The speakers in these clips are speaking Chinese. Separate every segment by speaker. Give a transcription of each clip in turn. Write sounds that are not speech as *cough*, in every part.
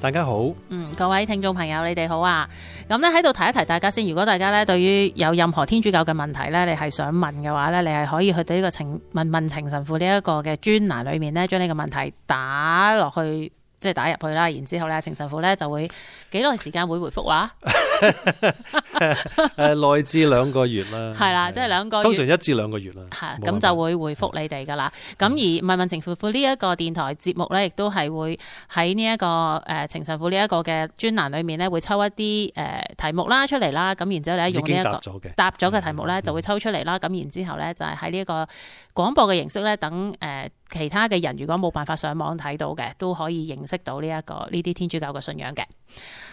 Speaker 1: 大家好， *laughs*
Speaker 2: 嗯，各位聽眾朋友，你哋好啊！咁咧喺度提一提大家先，如果大家咧對於有任何天主教嘅問題咧，你係想問嘅話咧，你係可以去到呢個情問問情神父呢一個嘅專欄裏面咧，將呢個問題打落去，即係打入去啦。然之後咧，情神父咧就會幾耐時間會回覆話，
Speaker 1: 诶，呃耐至兩個月啦，
Speaker 2: 係啦，即係兩個
Speaker 1: 通
Speaker 2: 月。
Speaker 1: 常一至兩個月啦，
Speaker 2: 係
Speaker 1: 冇嗯
Speaker 2: 咁
Speaker 1: 辦法
Speaker 2: 就會回覆你哋噶啦。咁而問問情婦婦呢一個電台節目咧，亦都係會喺呢一個誒、呃情神婦呢一個嘅專欄裏面咧，會抽一啲誒、呃、題目啦出嚟啦。咁然之後咧，
Speaker 1: 已
Speaker 2: 用呢、
Speaker 1: 經
Speaker 2: 一
Speaker 1: 答
Speaker 2: 個
Speaker 1: 咗嘅，
Speaker 2: 答咗嘅題目咧，就會抽出嚟啦。咁然之後咧，就係喺呢一個廣播嘅形式咧，等誒、呃其他嘅人如果冇辦法上網睇到嘅，都可以認識到呢、一個呢啲天主教嘅信仰嘅。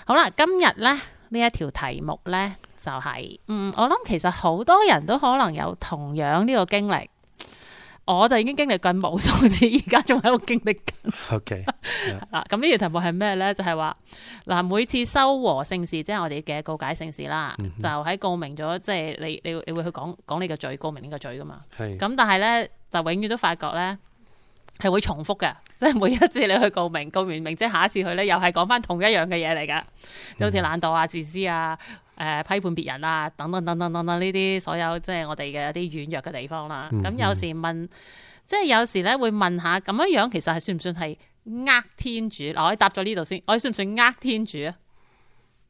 Speaker 2: 好啦，今日咧呢一條題目咧就係、嗯，我諗其實好多人都可能有同樣呢個經歷。我就已經經歷緊無數次，而家仲喺度經歷緊
Speaker 1: OK，
Speaker 2: 啦。啊咁呢條題目係咩呢？就係話嗱，每次修和聖事，即係我哋嘅告解聖事啦，
Speaker 1: 嗯哼
Speaker 2: 就喺告明咗，即係你你你會去講講你嘅罪，告明你嘅罪噶嘛。
Speaker 1: 係
Speaker 2: 咁但係咧，就永遠都發覺咧係會重複嘅， *laughs* 即係每一次你去告明，告完明即係下一次去咧，又係講翻同一樣嘅嘢嚟噶，就好
Speaker 1: 嗯
Speaker 2: 似懶惰啊、自私啊、誒、批判別人啊等等等等等等呢啲所有即係我哋嘅一啲軟弱嘅地方啦。
Speaker 1: 嗯
Speaker 2: 咁、有時問，即係有時咧會問下咁樣樣，其實係算唔算係呃天主？嗱，我答咗呢度先，我算唔算呃天主啊？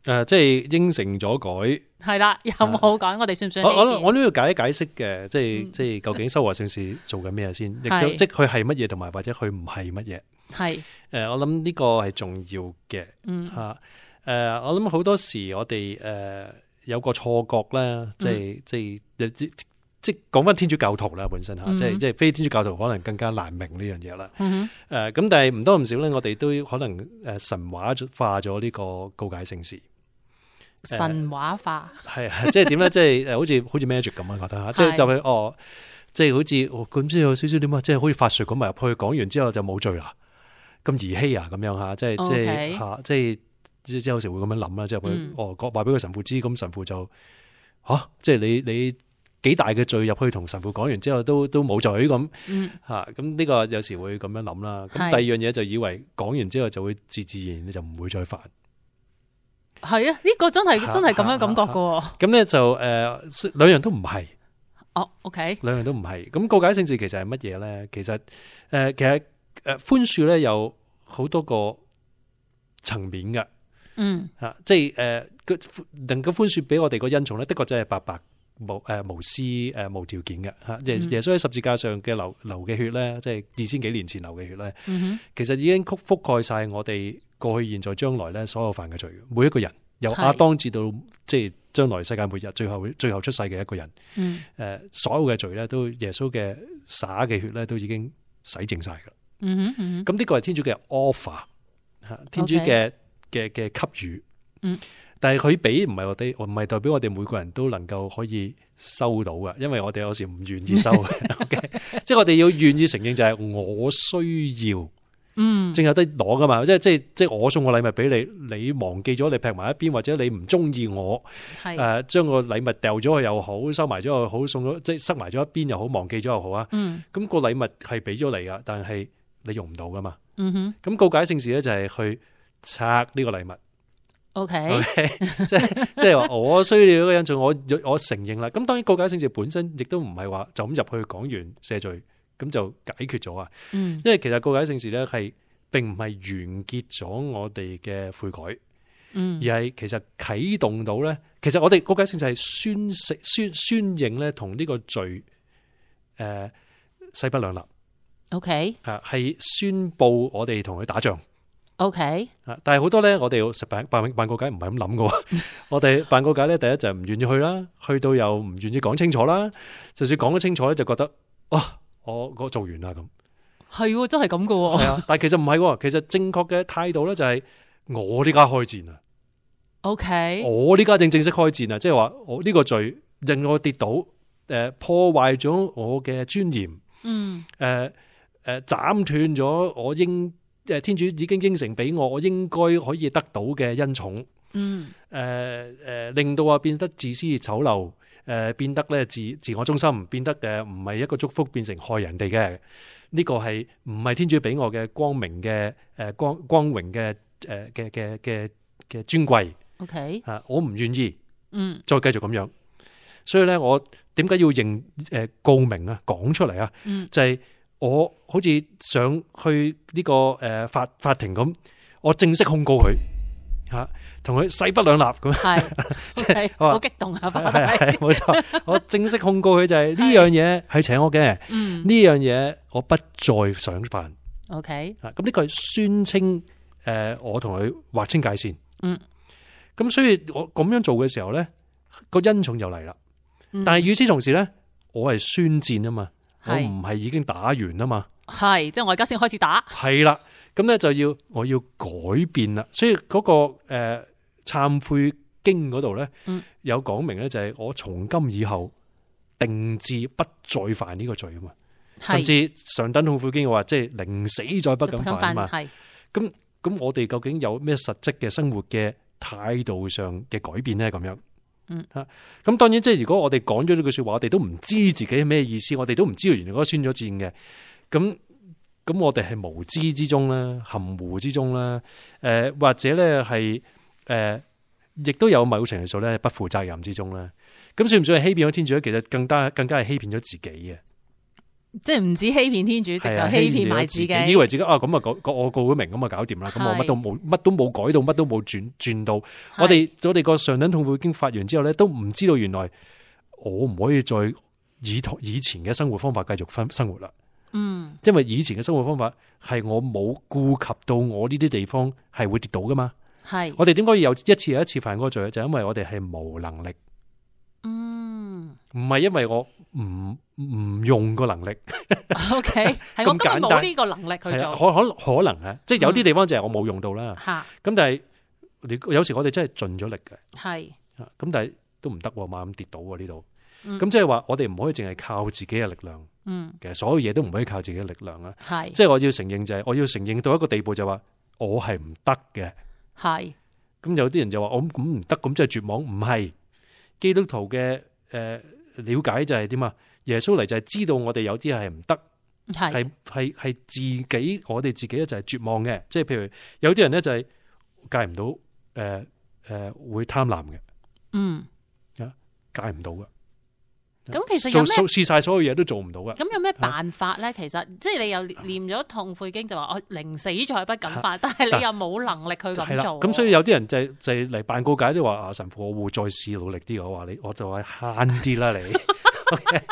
Speaker 1: 诶，呃即係應承咗改，
Speaker 2: 係啦，有冇講？我哋算唔算
Speaker 1: 我
Speaker 2: 呢
Speaker 1: 我
Speaker 2: 啲？
Speaker 1: 我都要解一解釋嘅，即係
Speaker 2: 嗯
Speaker 1: 即系究竟修和聖事做緊咩先，亦都
Speaker 2: 係
Speaker 1: 即係佢係乜嘢，同埋或者佢唔係乜嘢，
Speaker 2: 係
Speaker 1: 诶，我諗呢個係重要嘅。
Speaker 2: 嗯
Speaker 1: 吓誒、呃我諗好多時我哋誒、呃有個錯覺啦，即
Speaker 2: 嗯
Speaker 1: 係即係即即即講翻天主教徒啦，本身嚇，
Speaker 2: 嗯
Speaker 1: 即係即係非天主教徒可能更加難明呢樣嘢啦。
Speaker 2: 嗯
Speaker 1: 誒呃咁，但係唔多唔少咧，我哋都可能誒神話化咗呢個告解聖事，
Speaker 2: 哼神話化
Speaker 1: 係啊，即係點咧？即係誒，好似好似 magic 咁啊，覺得嚇，即係
Speaker 2: 係
Speaker 1: 就係哦，即係好似哦咁，即係有少少點啊，即係好似法術咁埋入去，講完之後就冇罪啦，咁兒戲啊咁樣嚇，即係即
Speaker 2: OK
Speaker 1: 係嚇，即係即係有時會咁樣諗啦，即係佢
Speaker 2: 嗯
Speaker 1: 哦講話俾個神父知，咁神父就嚇，即係你你幾大嘅罪入去同神父講完之後都都冇罪咁
Speaker 2: 嗯。
Speaker 1: 嚇，咁呢個有時會咁樣諗啦。咁
Speaker 2: 係
Speaker 1: 第二樣嘢就以為講完之後就會自自然然你就唔會再犯。
Speaker 2: 係啊，呢、個真係
Speaker 1: 嚇
Speaker 2: 真係咁樣感覺嘅喎。
Speaker 1: 咁咧就誒兩樣都唔係。
Speaker 2: 哦，OK，
Speaker 1: 兩樣都唔係。咁告解聖事其實係乜嘢咧？其實誒、呃其實誒、呃、寬恕咧有好多個層面嘅
Speaker 2: 嗯
Speaker 1: 嚇、啊即係誒個能夠寬恕俾我哋個恩寵咧，的確真係白白無誒、呃、無私誒、呃、無條件嘅嚇。啊耶、
Speaker 2: 嗯
Speaker 1: 耶穌喺十字架上嘅流流嘅血咧，即係二千幾年前流嘅血咧，
Speaker 2: 嗯
Speaker 1: 其實已經覆覆蓋晒我哋過去、現在、將來咧所有犯嘅罪嘅，每一個人由
Speaker 2: 係
Speaker 1: 亞當至到即係將來世界末日最後最後出世嘅一個人。
Speaker 2: 哼嗯
Speaker 1: 誒、所有嘅罪咧，都耶穌嘅灑嘅血咧，都已經洗淨晒㗎啦。
Speaker 2: 嗯哼嗯哼
Speaker 1: 咁呢個係天主嘅 offer 嚇，天主嘅嘅嘅給予。
Speaker 2: 嗯，
Speaker 1: 但係佢俾唔係我哋，唔係代表我哋每個人都能夠可以收到嘅，因為我哋有時唔願意
Speaker 2: *laughs*
Speaker 1: 收嘅。OK，即係我哋要願意承認就係我需要。
Speaker 2: 嗯
Speaker 1: 正有得攞噶嘛，即係即係即係我送個禮物俾你，你忘記咗你劈埋一邊，或者你唔中意我，啊
Speaker 2: 係
Speaker 1: 誒將個禮物掉咗佢又好，收埋咗又好，送咗即係塞埋咗一邊又好，忘記咗又好啊。
Speaker 2: 嗯
Speaker 1: 咁、個禮物係俾咗你噶，啊但係你用唔到噶嘛。
Speaker 2: 嗯哼
Speaker 1: 咁告解聖事咧就係去拆呢個禮物， *laughs*
Speaker 2: ，OK，
Speaker 1: OK？即係即係話我需要呢個印象，我我承認啦。咁當然告解聖事本身亦都唔係話就咁入去講完赦罪咁就解決咗啊。
Speaker 2: 嗯
Speaker 1: 因為其實告解聖事咧係並唔係完結咗我哋嘅悔改。
Speaker 2: 嗯
Speaker 1: 而係其實啟動到咧，其實我哋告解聖就係宣誓、宣宣認咧，同呢個罪誒勢不兩立
Speaker 2: ，OK
Speaker 1: 啊，係宣佈我哋同佢打仗
Speaker 2: OK，
Speaker 1: 啊。但係好多咧，我哋要實辦辦辦告解唔係咁諗嘅喎。 *laughs* 我哋辦告解咧，第一就係唔願意去啦，去到又唔願意講清楚啦。就算講得清楚咧，就覺得哇、我我做完啦咁。
Speaker 2: 係喎，真係咁嘅喎。
Speaker 1: 係啊，但係其實唔係喎，其實正確嘅態度咧就係我呢家開戰啊。
Speaker 2: O K，
Speaker 1: 我呢家正正式開戰啊！即係話我呢個罪令我跌倒，誒、破壞咗我嘅尊嚴，
Speaker 2: 嗯
Speaker 1: 誒、誒斬斷咗我應誒、天主已經應承俾我，我應該可以得到嘅恩寵，誒、
Speaker 2: 嗯
Speaker 1: 誒、令到啊變得自私醜陋，誒、變得咧自自我中心，變得誒唔係一個祝福，變成害人哋嘅。呢個係唔係天主俾我嘅光明嘅誒、呃光光榮嘅誒嘅嘅嘅嘅尊貴
Speaker 2: ，O K，
Speaker 1: 啊！我唔願意。 *laughs*
Speaker 2: 嗯
Speaker 1: 再繼續咁樣。所以咧，我點解要認誒、呃告明啊，講出嚟啊，
Speaker 2: 嗯
Speaker 1: 就係、我好似上去呢、個誒、呃、法法庭咁，我正式控告佢嚇，同佢勢不兩立咁。
Speaker 2: 係 O K，
Speaker 1: 我話
Speaker 2: 好激動啊，
Speaker 1: 係
Speaker 2: 巴
Speaker 1: 係係
Speaker 2: 蒂，
Speaker 1: 冇錯，我正式控告佢就係呢樣嘢係請我嘅，呢
Speaker 2: 嗯
Speaker 1: 樣嘢我不再想犯
Speaker 2: ，O K，
Speaker 1: 啊。咁呢個係宣稱誒、呃我同佢劃清界線。
Speaker 2: 嗯，
Speaker 1: 咁所以我咁樣做嘅時候咧，個恩寵就嚟啦。
Speaker 2: 嗯
Speaker 1: 但係與此同時咧，我係宣戰啊嘛，我
Speaker 2: 係
Speaker 1: 唔係已經打完啊嘛，
Speaker 2: 係，即係我而家先開始打，
Speaker 1: 係啦，咁咧就要我要改變啦，所以嗰、個誒、呃、懺悔經嗰度咧
Speaker 2: 嗯，
Speaker 1: 有講明咧就係我從今以後定志不再犯呢個罪啊嘛，甚
Speaker 2: 係，
Speaker 1: 至上等痛悔經嘅話，即係寧死再不敢犯啊嘛，
Speaker 2: 係，
Speaker 1: 咁我哋究竟有咩實質嘅生活嘅態度上嘅改變咧？咁樣，
Speaker 2: 嗯
Speaker 1: 吓，咁當然即係如果我哋講咗呢句說話，我哋都唔知自己係咩意思，我哋都唔知道原來嗰個宣咗戰嘅，咁咁我哋係無知之中啦，含糊之中啦，诶、或者咧係诶，亦、都有某程度上咧不負責任之中啦。咁算唔算係欺騙咗天主咧？其實更加更加係欺騙咗自己嘅，
Speaker 2: 即係唔止欺騙天主，直
Speaker 1: 係啊
Speaker 2: 頭欺騙埋自己，
Speaker 1: 以為自己啊咁啊，個我告咗明咁啊，搞掂啦，咁我乜都冇，乜都冇改到，乜都冇轉轉到。
Speaker 2: 係
Speaker 1: 我哋我哋個上等痛苦已經發完之後咧，都唔知道原來我唔可以再以同以前嘅生活方法繼續分生活啦，
Speaker 2: 嗯
Speaker 1: 因為以前嘅生活方法係我冇顧及到我呢啲地方係會跌倒噶嘛。
Speaker 2: 係，
Speaker 1: 我哋點解要有一次又一次犯嗰個罪呢就係因為我哋係無能力，
Speaker 2: 嗯
Speaker 1: 唔係因為我唔唔用個能力，
Speaker 2: *laughs* ，O K，係我
Speaker 1: 咁
Speaker 2: 今日
Speaker 1: 簡
Speaker 2: 冇
Speaker 1: 單
Speaker 2: 呢個能力去
Speaker 1: 係啊
Speaker 2: 做，
Speaker 1: 可可可能啊，即係有啲地方就係我冇用到啦。
Speaker 2: 嚇，
Speaker 1: 咁但係你有時我哋真係盡咗力嘅。
Speaker 2: 係，
Speaker 1: 啊咁但係都唔得喎，猛咁跌倒喎呢度。
Speaker 2: 嗯
Speaker 1: 咁即係話我哋唔可以淨係靠自己嘅力量，
Speaker 2: 嗯
Speaker 1: 其實所有嘢都唔可以靠自己嘅力量啦。
Speaker 2: 係
Speaker 1: 即係我要承認就係、我要承認到一個地步就話我係唔得嘅。
Speaker 2: 係，
Speaker 1: 咁有啲人就話我哦咁唔得，咁即係絕望。唔係基督徒嘅誒、呃了解就係點啊？耶穌嚟就係知道我哋有啲係唔得，
Speaker 2: 係
Speaker 1: 係係係自己我哋自己咧就係絕望嘅。即係譬如有啲人咧就係戒唔到誒誒、呃呃、會貪婪嘅。
Speaker 2: 嗯，
Speaker 1: 戒唔到噶。
Speaker 2: 咁其實
Speaker 1: 做
Speaker 2: 有咩
Speaker 1: 做試晒所有嘢都做唔到噶。
Speaker 2: 咁有咩辦法
Speaker 1: 啊
Speaker 2: 咧？其實即係你又念咗痛悔經，就話我寧死再不敢犯，但係你又冇能力去
Speaker 1: 係
Speaker 2: 咁
Speaker 1: 啊啦，
Speaker 2: 做喎。
Speaker 1: 咁所以有啲人就係就係嚟辦告解都話啊，神父，我會再試努力啲。我話你，我就話慳啲啦，你。OK，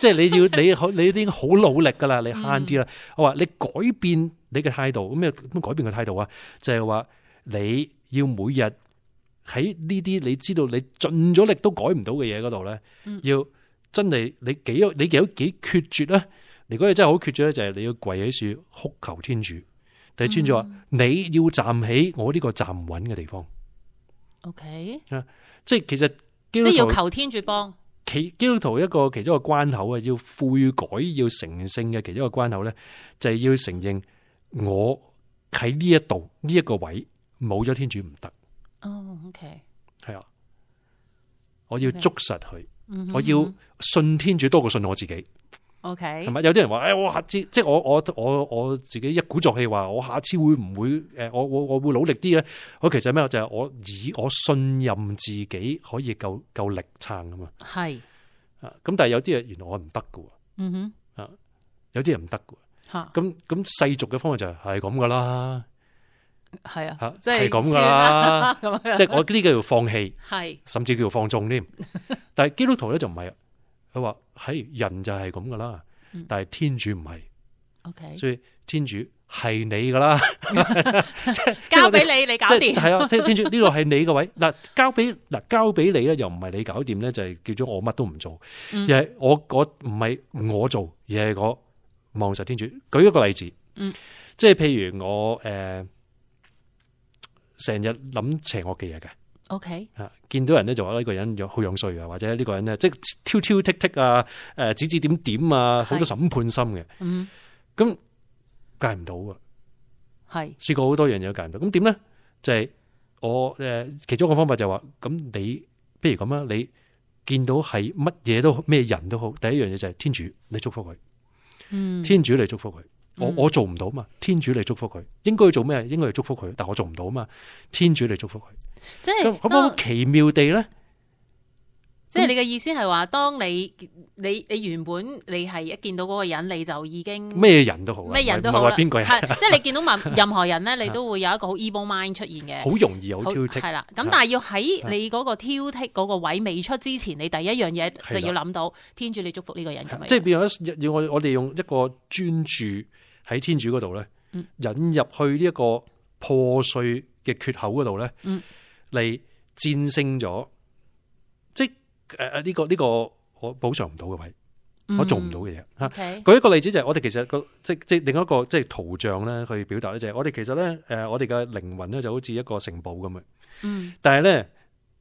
Speaker 1: 即係你要你好，你已經好努力噶啦，
Speaker 2: 嗯
Speaker 1: 你慳啲啦。我話你改變你嘅態度，咁咩咁改變個態度啊？就係話你要每日喺呢啲你知道你盡咗力都改唔到嘅嘢嗰度咧
Speaker 2: 嗯，
Speaker 1: 要真係你幾有你有幾決絕咧？如果你真係好決絕咧，就係你要跪喺樹哭求天主。第天主話：你要站喺我呢個站穩嘅地方，
Speaker 2: O K，
Speaker 1: 即係其實基
Speaker 2: 即
Speaker 1: 督
Speaker 2: 係要
Speaker 1: 徒
Speaker 2: 求天主幫。
Speaker 1: 其基督徒一個其中一個關口啊，要悔改、要成聖嘅其中一個關口咧，就係、要承認我喺呢一度呢一個位冇咗天主唔得，
Speaker 2: 哦，O K，
Speaker 1: 係啊，我要
Speaker 2: Okay
Speaker 1: 捉實佢，
Speaker 2: 嗯哼
Speaker 1: 我要信天主多過信我自己。
Speaker 2: O
Speaker 1: 係
Speaker 2: K，
Speaker 1: 咪？有啲人話：，誒、哎我下次即係我我我我自己一鼓作氣話，我下次會唔會誒、我我我會努力啲咧？我其實咩？啊就係、我以我信任自己可以夠夠力撐啊嘛。
Speaker 2: 係，
Speaker 1: 啊，咁但係有啲嘢原來我唔得嘅喎，
Speaker 2: 嗯哼，
Speaker 1: 有啲嘢唔得嘅喎。
Speaker 2: 吓，
Speaker 1: 咁咁世俗嘅方法就係係咁噶啦，
Speaker 2: 係
Speaker 1: 嚇
Speaker 2: 啊，即
Speaker 1: 係咁噶
Speaker 2: 算
Speaker 1: 啦，
Speaker 2: 啦，咁樣，
Speaker 1: 即係我呢啲叫做放棄。
Speaker 2: 係，
Speaker 1: 甚至叫做放縱添。但係基督徒咧就唔係啊，佢話係人就係咁噶啦
Speaker 2: 嗯，
Speaker 1: 但係天主唔係，
Speaker 2: O K，
Speaker 1: 所以天主係你噶啦，即係
Speaker 2: 交
Speaker 1: 我哋
Speaker 2: 俾你，你搞
Speaker 1: 即係
Speaker 2: 掂。
Speaker 1: 係啊，天天主呢度係你個位嗱，交俾嗱交俾你咧，又唔係你搞掂咧，就係叫咗我乜都唔做，
Speaker 2: 嗯
Speaker 1: 而係我我唔係我做，而係我望實天主。舉一個例子，
Speaker 2: 嗯
Speaker 1: 即係譬如我誒、呃成日諗邪惡嘅嘢嘅。
Speaker 2: O K，
Speaker 1: 啊！見到人咧就話呢個人有好樣衰啊，或者呢個人咧即係挑挑剔剔啊，誒指指點點啊，好多
Speaker 2: 係
Speaker 1: 審判心嘅，
Speaker 2: 嗯，
Speaker 1: 咁戒唔到啊！
Speaker 2: 係
Speaker 1: 試過好多樣嘢都戒唔到，咁點咧？就係、我誒、呃其中一個方法就係話，咁你不如咁啦，你見到係乜嘢都好咩人都好，第一樣嘢就係天主，你祝福佢，
Speaker 2: 嗯
Speaker 1: 天主你祝福佢。我
Speaker 2: 嗯
Speaker 1: 我做唔到嘛，天主你祝福佢，應該要做咩？應該要祝福佢，但我做唔到嘛，天主你祝福佢。
Speaker 2: 即係
Speaker 1: 咁咁好
Speaker 2: 當
Speaker 1: 奇妙地咧，
Speaker 2: 即係你嘅意思係話，當你你你原本你係一見到嗰個人，你就已經
Speaker 1: 咩人都好啦，
Speaker 2: 嗯咩人都
Speaker 1: 唔係
Speaker 2: 好
Speaker 1: 話
Speaker 2: 啦，
Speaker 1: 邊個人 *laughs*
Speaker 2: 係即係你見到任任何人咧，你都會有一個好 evil mind 出現嘅。
Speaker 1: 好容易有挑剔，
Speaker 2: 係啦，咁
Speaker 1: 啊
Speaker 2: 但係要喺你嗰個挑剔嗰個位未出之前，你第一樣嘢
Speaker 1: 係
Speaker 2: 就
Speaker 1: 啦
Speaker 2: 要諗到天主你祝福呢個人咁樣。
Speaker 1: 即係變咗要我我哋用一個專注喺天主嗰度咧，
Speaker 2: 嗯
Speaker 1: 引入去呢一個破碎嘅缺口嗰度咧，
Speaker 2: 嗯
Speaker 1: 嚟戰勝咗，即係誒呢個呢、個我補償唔到嘅位，
Speaker 2: 嗯
Speaker 1: 我做唔到嘅嘢嚇。
Speaker 2: O K，
Speaker 1: 舉一個例子就係我哋其實個即即另一個即係圖像咧去表達咧，就係我哋其實咧誒我哋嘅靈魂咧就好似一個城堡咁嘅，
Speaker 2: 嗯，
Speaker 1: 但係咧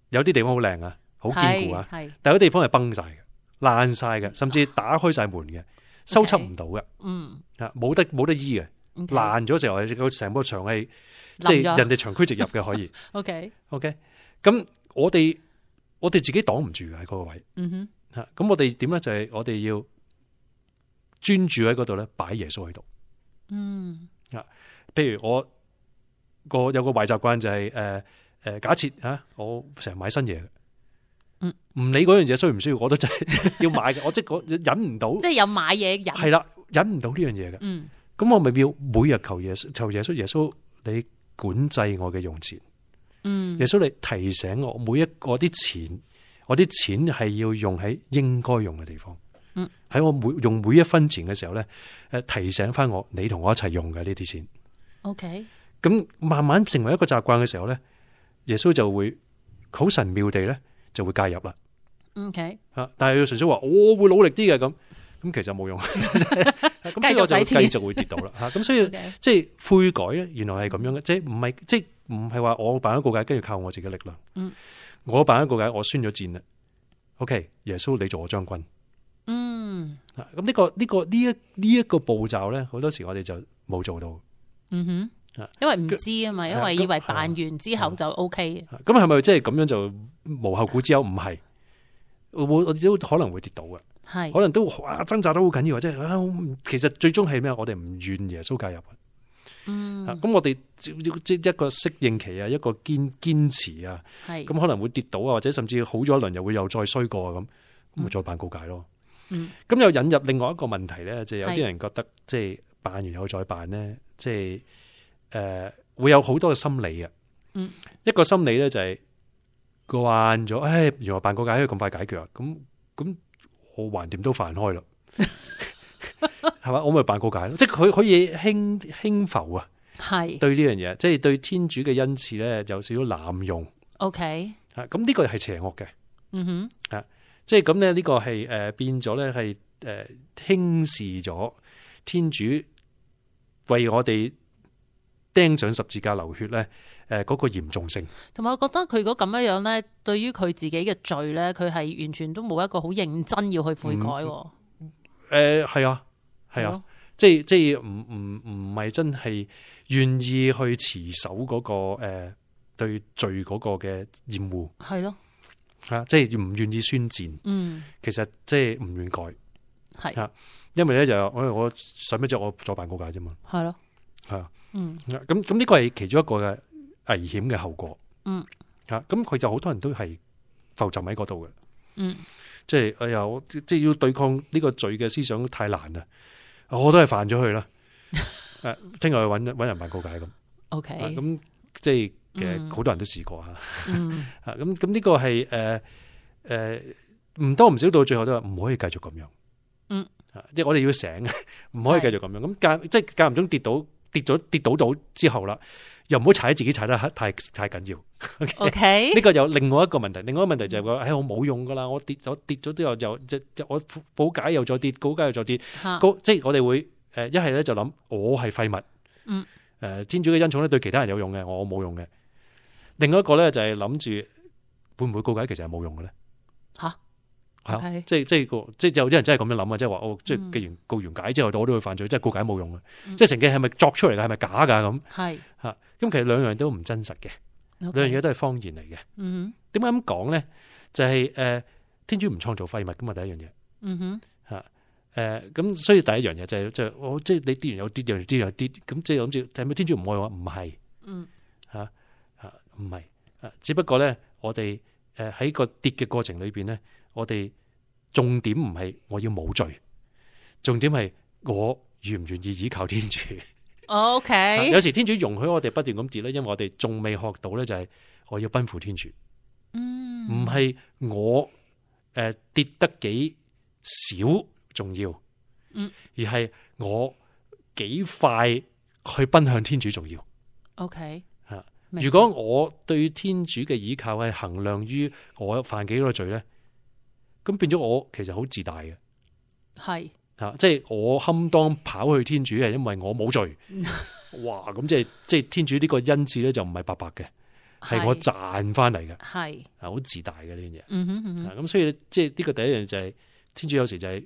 Speaker 1: 有啲地方好靚啊，好堅固啊。
Speaker 2: 係，係
Speaker 1: 但有啲地方係崩晒嘅、爛晒嘅，甚
Speaker 2: 啊
Speaker 1: 至打開晒門嘅，修葺唔到嘅，
Speaker 2: 嗯，
Speaker 1: 啊冇得冇得醫嘅，
Speaker 2: OK，
Speaker 1: 爛咗時候係個成個牆係即
Speaker 2: 冧
Speaker 1: 係
Speaker 2: 咗
Speaker 1: 人哋長驅直入嘅可以。
Speaker 2: O K，
Speaker 1: OK，咁我哋我哋自己擋唔住嘅喺嗰個位
Speaker 2: 嗯哼，
Speaker 1: 嚇，咁我哋點咧就係我哋要專注喺嗰度咧擺耶穌喺度。
Speaker 2: 嗯，
Speaker 1: 譬如我個有個壞習慣就係誒誒，假設吓、我成日買新嘢嘅。
Speaker 2: 嗯
Speaker 1: 唔理嗰樣嘢需唔需要，我都真係 *laughs* 要買嘅。我即係我忍唔到，
Speaker 2: 即係有買嘢嘅人，
Speaker 1: 系啦，忍唔到呢樣嘢嘅，
Speaker 2: 嗯，
Speaker 1: 咁我咪要每日求耶穌，求耶穌，耶穌你管制我嘅用錢，
Speaker 2: 嗯，
Speaker 1: 耶穌你提醒我每一個啲錢，我啲錢係要用喺應該用嘅地方，
Speaker 2: 嗯，
Speaker 1: 喺我每用每一分錢嘅時候咧，诶提醒翻我，你同我一齊用嘅呢啲錢，
Speaker 2: O K，
Speaker 1: 咁慢慢成為一個習慣嘅時候咧，耶穌就會好神妙地咧就會介入啦。
Speaker 2: O K，
Speaker 1: 啊！但係佢純粹話我會努力啲嘅咁，咁其實
Speaker 2: *laughs*
Speaker 1: 冇用， *laughs* 咁所以我就
Speaker 2: 繼續使錢
Speaker 1: 繼續會跌到啦啊嚇。咁所以
Speaker 2: OK
Speaker 1: 即係悔改咧，原
Speaker 2: 嗯
Speaker 1: 來係咁樣嘅，即係唔係即係唔係話我辦一個解，跟住靠我自己力量。
Speaker 2: 嗯
Speaker 1: 我辦一個解，我宣咗戰啦。OK，耶穌你做我將軍。
Speaker 2: 嗯，
Speaker 1: 啊咁呢個呢個呢一呢一個步驟咧，好多時我哋就冇做到。
Speaker 2: 嗯哼
Speaker 1: 啊，
Speaker 2: 因為唔知啊嘛，因
Speaker 1: 係啊
Speaker 2: 為
Speaker 1: 咁
Speaker 2: 以為辦完之後就 O K
Speaker 1: 啊咁係咪即係咁樣就無後顧之憂？唔係，我我都可能會跌倒嘅。
Speaker 2: 嘅，
Speaker 1: 可
Speaker 2: 係，
Speaker 1: 能都哇掙扎得好緊要，即係啊，我唔其實最終係咩？啊我哋唔願耶穌介入啊
Speaker 2: 嗯，
Speaker 1: 咁、我哋即即一個適應期啊，一個堅堅持啊，
Speaker 2: 係，
Speaker 1: 咁可能會跌倒啊，或者甚至好咗一輪又會又再衰過啊咁，咁咪再辦告解咯。
Speaker 2: 嗯
Speaker 1: 咁又引入另外一個問題咧，就係有
Speaker 2: 係
Speaker 1: 啲人覺得即係辦完又再辦咧，即係誒、呃、會有好多嘅心理啊。
Speaker 2: 嗯
Speaker 1: 一個心理咧就係慣咗，唉，原來辦告解可以咁快解決啊，咁咁我橫掂都犯
Speaker 2: *laughs*
Speaker 1: 開啦，係嘛？我咪辦告解咯，即係佢可以輕輕浮啊，
Speaker 2: 係
Speaker 1: 對呢樣嘢，即係對天主嘅恩賜咧有少少濫用
Speaker 2: O K，
Speaker 1: 啊，咁呢個係邪惡嘅。啊
Speaker 2: 嗯哼，
Speaker 1: 即係咁咧，呢呃個係誒變咗咧係誒輕視呃咗天主為我哋釘上十字架流血咧誒嗰個嚴重性，
Speaker 2: 同埋我覺得佢如果咁樣樣咧，對於佢自己嘅罪咧，佢係完全都冇一個好認真要去悔改喎，
Speaker 1: 誒係啊係
Speaker 2: 係
Speaker 1: 啊，
Speaker 2: 咯，
Speaker 1: 即係即係唔唔唔係真係願意去持守嗰、個誒、呃、對罪嗰個嘅厭惡
Speaker 2: 係咯，
Speaker 1: 嚇，即係唔願意宣戰，
Speaker 2: 嗯，
Speaker 1: 其實即係唔願改，啊
Speaker 2: 係
Speaker 1: 因為咧就我我使乜啫，我再辦告解啫嘛，
Speaker 2: 係咯，
Speaker 1: 係啊。
Speaker 2: 嗯
Speaker 1: 咁咁呢個係其中一個嘅危險嘅後果。
Speaker 2: 嗯，
Speaker 1: 吓咁佢就好多人都係浮沉喺嗰度嘅，
Speaker 2: 嗯
Speaker 1: 即係哎呀，我即即係要對抗呢個罪嘅思想太難啦，我都係犯咗佢啦。誒，聽日去揾揾人辦告
Speaker 2: *laughs*
Speaker 1: 解咁，啊
Speaker 2: ，OK，
Speaker 1: 咁即
Speaker 2: 哎
Speaker 1: 係
Speaker 2: 嗯
Speaker 1: 嘅好多人都試過吓。 *laughs*
Speaker 2: 嗯
Speaker 1: 啊咁咁呢個係誒誒呃唔多唔少到最後都話唔可以繼續咁樣。
Speaker 2: 嗯
Speaker 1: 啊，即係我哋要醒， *laughs* 唔可以繼續咁樣。咁間即係間唔中跌到跌咗跌倒到之後啦，又唔好踩自己踩得太太緊要。
Speaker 2: ，OK，
Speaker 1: 呢個有另外一個問題，另外一個問題就係話，唉，我冇用噶啦，我跌我跌咗之後又即即我補解又再跌，高解又再跌，
Speaker 2: 嚇
Speaker 1: 高即係我哋會誒一係咧就諗我係廢物，
Speaker 2: 嗯
Speaker 1: 誒天主嘅恩寵咧對其他人有用嘅，我冇用嘅。另外一個咧就係諗住會唔會告解其實係冇用嘅咧？
Speaker 2: 吓
Speaker 1: 係啊
Speaker 2: OK
Speaker 1: 即係即係個即係有啲人真係咁樣諗啊，即係話哦，即
Speaker 2: 嗯
Speaker 1: 係既然告完解之後我都會犯罪，即係告解冇用啊！
Speaker 2: 嗯
Speaker 1: 即係成件係咪作出嚟嘅係咪假㗎咁
Speaker 2: 係
Speaker 1: 嚇？咁其實兩樣都唔真實嘅，兩樣嘢都係謊言嚟嘅。
Speaker 2: 嗯哼
Speaker 1: 點解咁講咧？就係、呃天主唔創造廢物噶嘛，第一樣嘢。
Speaker 2: 嗯哼
Speaker 1: 誒啊呃咁、所以第一樣嘢就係、就係我即係你跌完又跌，又跌又跌，咁即係諗住係咪天主唔愛我？唔係
Speaker 2: 嗯
Speaker 1: 啊，唔係啊，只不過咧，我哋誒喺個跌嘅過程裏邊咧，我哋重點唔係我要冇罪，重點係我願唔願意依靠天主。啊
Speaker 2: ，OK，
Speaker 1: 有時天主容許我哋不斷咁跌咧，因為我哋仲未學到咧，就係我要奔赴天主。
Speaker 2: 嗯
Speaker 1: 唔係我诶、呃跌得幾少重要，
Speaker 2: 嗯，
Speaker 1: 而係我幾快去奔向天主重要。
Speaker 2: ，OK，
Speaker 1: 嚇
Speaker 2: 明白
Speaker 1: 如果我對天主嘅倚靠係衡量於我犯幾多罪咧，咁變咗我其實好自大嘅。
Speaker 2: 係
Speaker 1: 吓，啊即係我堪當跑去天主係因為我冇
Speaker 2: *laughs*
Speaker 1: 罪，哇！咁即係即係天主呢個恩賜咧就唔係白白嘅，係我
Speaker 2: 係
Speaker 1: 賺翻嚟嘅，
Speaker 2: 係
Speaker 1: 啊好自大嘅呢樣嘢。
Speaker 2: 嗯哼嗯哼
Speaker 1: 啊咁所以即係呢個第一樣就係、天主有時就係、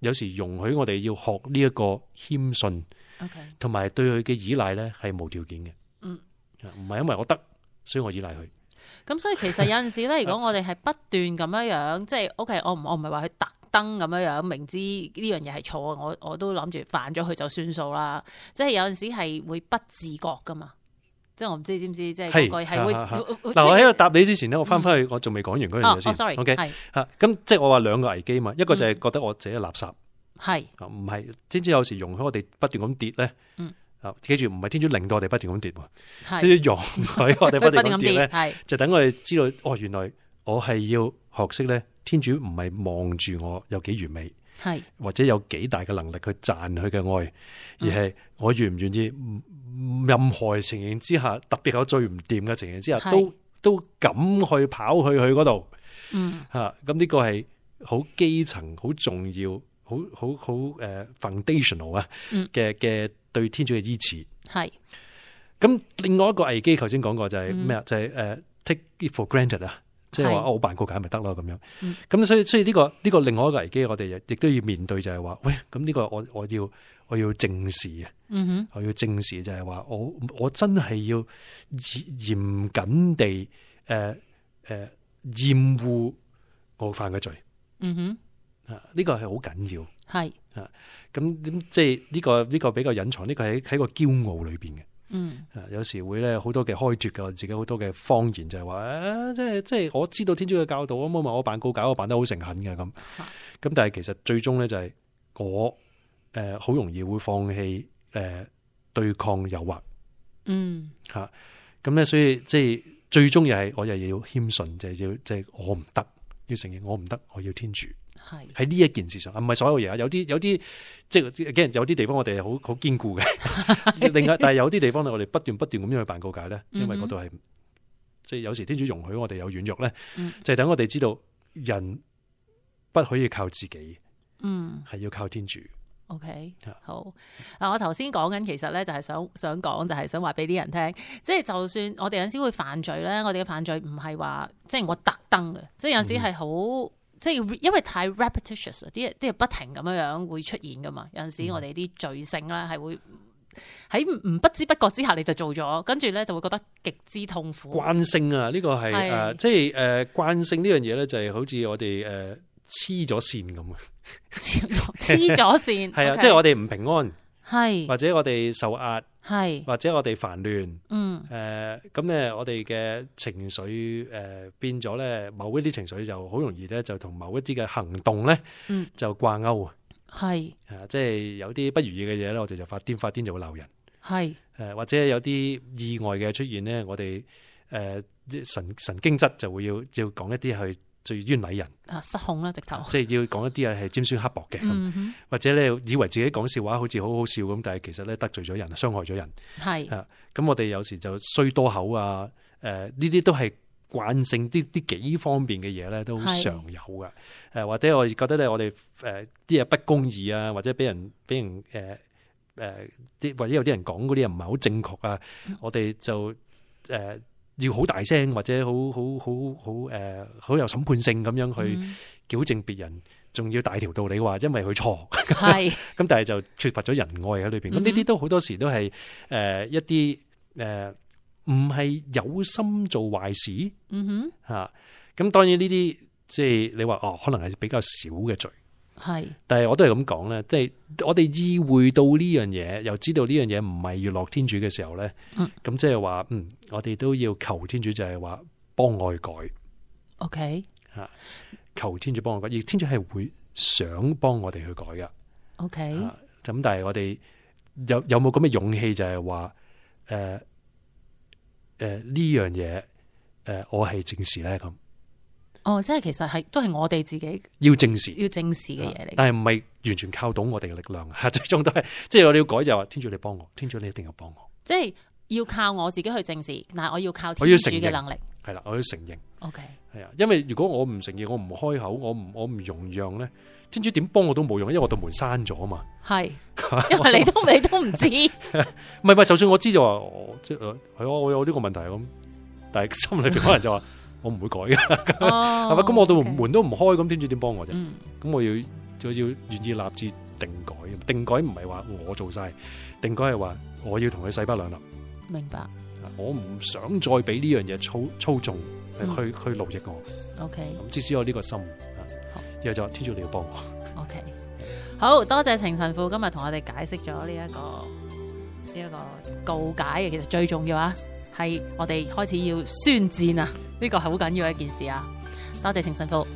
Speaker 1: 有時容許我哋要學呢一個謙遜，
Speaker 2: ，OK，
Speaker 1: 同埋對佢嘅依賴咧係無條件嘅。
Speaker 2: 嗯
Speaker 1: 啊，唔係因為我得，所以我依賴佢。
Speaker 2: 咁所以其實有陣
Speaker 1: *laughs*
Speaker 2: 時咧，如果我哋係不斷咁樣樣，即係 OK，我唔我唔係話佢特登咁樣樣，明知呢樣嘢係錯，啊我我都諗住犯咗佢就算數啦。即係有陣時係會不自覺噶嘛。即係我唔知知唔知，即係嗰
Speaker 1: 係
Speaker 2: 個係會
Speaker 1: 啊啊啊
Speaker 2: 會
Speaker 1: 嗱，我
Speaker 2: 即係
Speaker 1: 喺度答你之前咧，我翻返去我仲未講完嗰
Speaker 2: 哦
Speaker 1: 樣嘢
Speaker 2: 哦
Speaker 1: 先。
Speaker 2: ，sorry，
Speaker 1: OK
Speaker 2: 係嗯
Speaker 1: 嚇，咁即係我話兩個危機嘛，一個就係覺得我自己係垃圾
Speaker 2: 係
Speaker 1: 啊，唔係天主有時容許我哋不斷咁跌咧
Speaker 2: 嗯。
Speaker 1: 啊，記住唔係天主令到我哋不斷咁跌喎，
Speaker 2: 係，
Speaker 1: 天主容許我哋不斷咁跌咧，
Speaker 2: 係
Speaker 1: 就等我哋知道哦，原來我係要學識咧，天主唔係望住我有幾完美，
Speaker 2: 係
Speaker 1: 或者有幾大嘅能力去賺佢嘅愛，而
Speaker 2: 嗯
Speaker 1: 係我願唔願意，嗯嗯任何情形之下，特別係我最唔掂嘅情形之下，
Speaker 2: 係
Speaker 1: 都都敢去跑去佢嗰度
Speaker 2: 嗯
Speaker 1: 吓。啊咁呢個係好基層、好重要、好好好诶 foundational 啊
Speaker 2: 嗯
Speaker 1: 嘅嘅對天主嘅依持。
Speaker 2: 係
Speaker 1: 咁另外一個危機，頭先講過就係
Speaker 2: 嗯
Speaker 1: 咩啊？就係誒 take it for granted 啊，即係話
Speaker 2: 係
Speaker 1: 哦我辦告解咪得咯咁樣
Speaker 2: 嗯。
Speaker 1: 咁所以所以呢個呢個另外一個危機，我哋亦都要面對就係話，喂，咁呢個我我要我要正視啊，
Speaker 2: 嗯哼
Speaker 1: 我要正視就係話，我我真係要嚴嚴謹地呃誒誒厭惡我犯嘅罪
Speaker 2: 嗯哼
Speaker 1: 啊！呢個係好緊要。
Speaker 2: 係
Speaker 1: 咁咁即係呢個呢個比較隱藏，呢個喺喺個驕傲裏邊嘅。
Speaker 2: 嗯
Speaker 1: 啊，有時會咧好多嘅開脱嘅，我自己好多嘅謊言就係話，啊，即係即係我知道天主嘅教導咁啊嘛，我辦告解我辦得好誠懇嘅咁，咁但係其實最終咧就係我誒好、容易會放棄誒、呃、對抗誘惑
Speaker 2: 嗯
Speaker 1: 嚇，咁、咧所以即係最終又係我又要謙遜，就係、要即係我唔得，要承認我唔得，我要天主。
Speaker 2: 係
Speaker 1: 喺呢一件事上，啊唔係所有嘢啊，有啲有啲即係 again 有啲地方我哋係好好堅固嘅，
Speaker 2: *laughs*
Speaker 1: 另外但係有啲地方咧，我哋不斷不斷咁樣去辦告解咧，因為
Speaker 2: 嗯哼
Speaker 1: 嗰度係即係有時天主容許我哋有軟弱咧，
Speaker 2: 嗯
Speaker 1: 就係等我哋知道人不可以靠自己，
Speaker 2: 嗯。
Speaker 1: 係要靠天主。
Speaker 2: OK，
Speaker 1: 啊
Speaker 2: 好。嗱，我頭先講緊，其實咧就係想想講，就係想話俾啲人聽，即係就算我哋有陣時會犯罪咧，我哋嘅犯罪唔係話即係我特登嘅，即係有陣
Speaker 1: 嗯
Speaker 2: 時係好。即係因為太 repetitious 啦，啲嘢啲嘢不停咁樣樣會出現噶嘛。有
Speaker 1: 嗯
Speaker 2: 陣時我哋啲罪性咧係會喺唔不知不覺之下你就做咗，跟住咧就會覺得極之痛苦。
Speaker 1: 慣性啊，呢、個係
Speaker 2: 係
Speaker 1: 誒即係誒慣性呢樣嘢咧，就係好似我哋誒黐咗線咁啊，
Speaker 2: *laughs* 黐咗黐咗線，
Speaker 1: *laughs* 係啊，
Speaker 2: OK
Speaker 1: 即係我哋唔平安，
Speaker 2: 係
Speaker 1: 或者我哋受壓，
Speaker 2: 係
Speaker 1: 或者我哋煩亂。
Speaker 2: 嗯
Speaker 1: 誒呃咁咧，我哋嘅情緒誒、呃、變咗咧，某一啲情緒就好容易咧，就同某一啲嘅行動咧，
Speaker 2: 嗯
Speaker 1: 就掛鈎啊！
Speaker 2: 係
Speaker 1: 啊即係有啲不如意嘅嘢咧，我哋就發癲，發癲就會鬧人。誒、呃
Speaker 2: 係
Speaker 1: 或者有啲意外嘅出現咧，我哋誒、呃神神經質就會要要講一啲去最冤禮人，
Speaker 2: 啊失控啦直頭。
Speaker 1: 即係要講一啲嘢係尖酸刻薄嘅咁，
Speaker 2: 嗯哼，
Speaker 1: 或者咧以為自己講笑話好似好好笑咁，但係其實咧得罪咗人，傷害咗人。
Speaker 2: 係。
Speaker 1: 咁我哋有時就衰多口啊，誒呢啲都係慣性啲啲幾方面嘅嘢咧，都好
Speaker 2: 係
Speaker 1: 常有噶。誒、或者我哋覺得咧，我哋誒啲嘢不公義啊，或者俾人俾人呃誒
Speaker 2: 嗯
Speaker 1: 誒啲，或者有啲人講嗰啲嘢唔係好正確啊，我哋就誒、要好大聲或者好好好好誒好有審判性咁樣去
Speaker 2: 嗯
Speaker 1: 矯正別人，仲要大條道理話因為佢錯，
Speaker 2: 係
Speaker 1: 咁但係就缺乏咗仁愛喺裏邊。咁
Speaker 2: 嗯哼
Speaker 1: 呢啲都好多時都係誒、呃一啲誒唔係有心做壞事
Speaker 2: 嗯
Speaker 1: 嚇。啊咁、當然呢啲即係你話哦，可能係比較少嘅罪。
Speaker 2: 哼係
Speaker 1: 但係我都係咁講咧，即係我哋意會到呢樣嘢，又知道呢樣嘢唔係要落天主嘅時候咧，
Speaker 2: 嗯
Speaker 1: 咁即係話，嗯，我哋都要求天主就係話幫愛改，
Speaker 2: OK
Speaker 1: 求天主幫我改，而天主係會想幫我哋去改噶。
Speaker 2: OK
Speaker 1: 啊咁、但係我哋有有冇咁嘅勇氣就係話，誒誒呢樣嘢，誒、我係正視咧咁，
Speaker 2: 哦，即係其實係都係我哋自己
Speaker 1: 要正視。
Speaker 2: 要正視嘅嘢嚟嘅。
Speaker 1: 但係唔係完全靠到我哋嘅力量，啊 *laughs* 最終都係即係我哋要改就係話，天主你幫我，天主你一定要幫我。
Speaker 2: 即係要靠我自己去正視，但係我要靠
Speaker 1: 我
Speaker 2: 天
Speaker 1: 要
Speaker 2: 主
Speaker 1: 承認
Speaker 2: 嘅能力。
Speaker 1: 系啦，我要承認
Speaker 2: OK，
Speaker 1: 係啊，因為如果我唔承認，我唔開口，我唔我唔容讓咧，天主點幫我都冇用，因為我道門閂咗啊嘛。
Speaker 2: 係，
Speaker 1: *laughs*
Speaker 2: 因為你都 *laughs* 你都唔知，
Speaker 1: 唔係唔係，就算我知就話我即係哦係啊我我有呢個問題咁，但係心裏邊可能就話我唔會改嘅，係
Speaker 2: 係
Speaker 1: 咪？咁我道門都唔開，咁天主點幫我啫？
Speaker 2: 哦嗯
Speaker 1: 咁我要就要願意立志定改，定改唔係話我做晒，定改係話我要同佢勢不兩立，
Speaker 2: 明白。
Speaker 1: 我唔想再俾呢樣嘢操操縱，
Speaker 2: 嗯
Speaker 1: 去去奴役我。
Speaker 2: OK
Speaker 1: 咁即使我呢個心，啊
Speaker 2: 好
Speaker 1: 然後就話天主你要幫我。
Speaker 2: OK，好多謝程神父今日同我哋解釋咗呢一個呢一、個告解嘅，其實最重要啊，係我哋開始要宣戰啊，呢、個係好緊要嘅一件事啊。多謝程神父，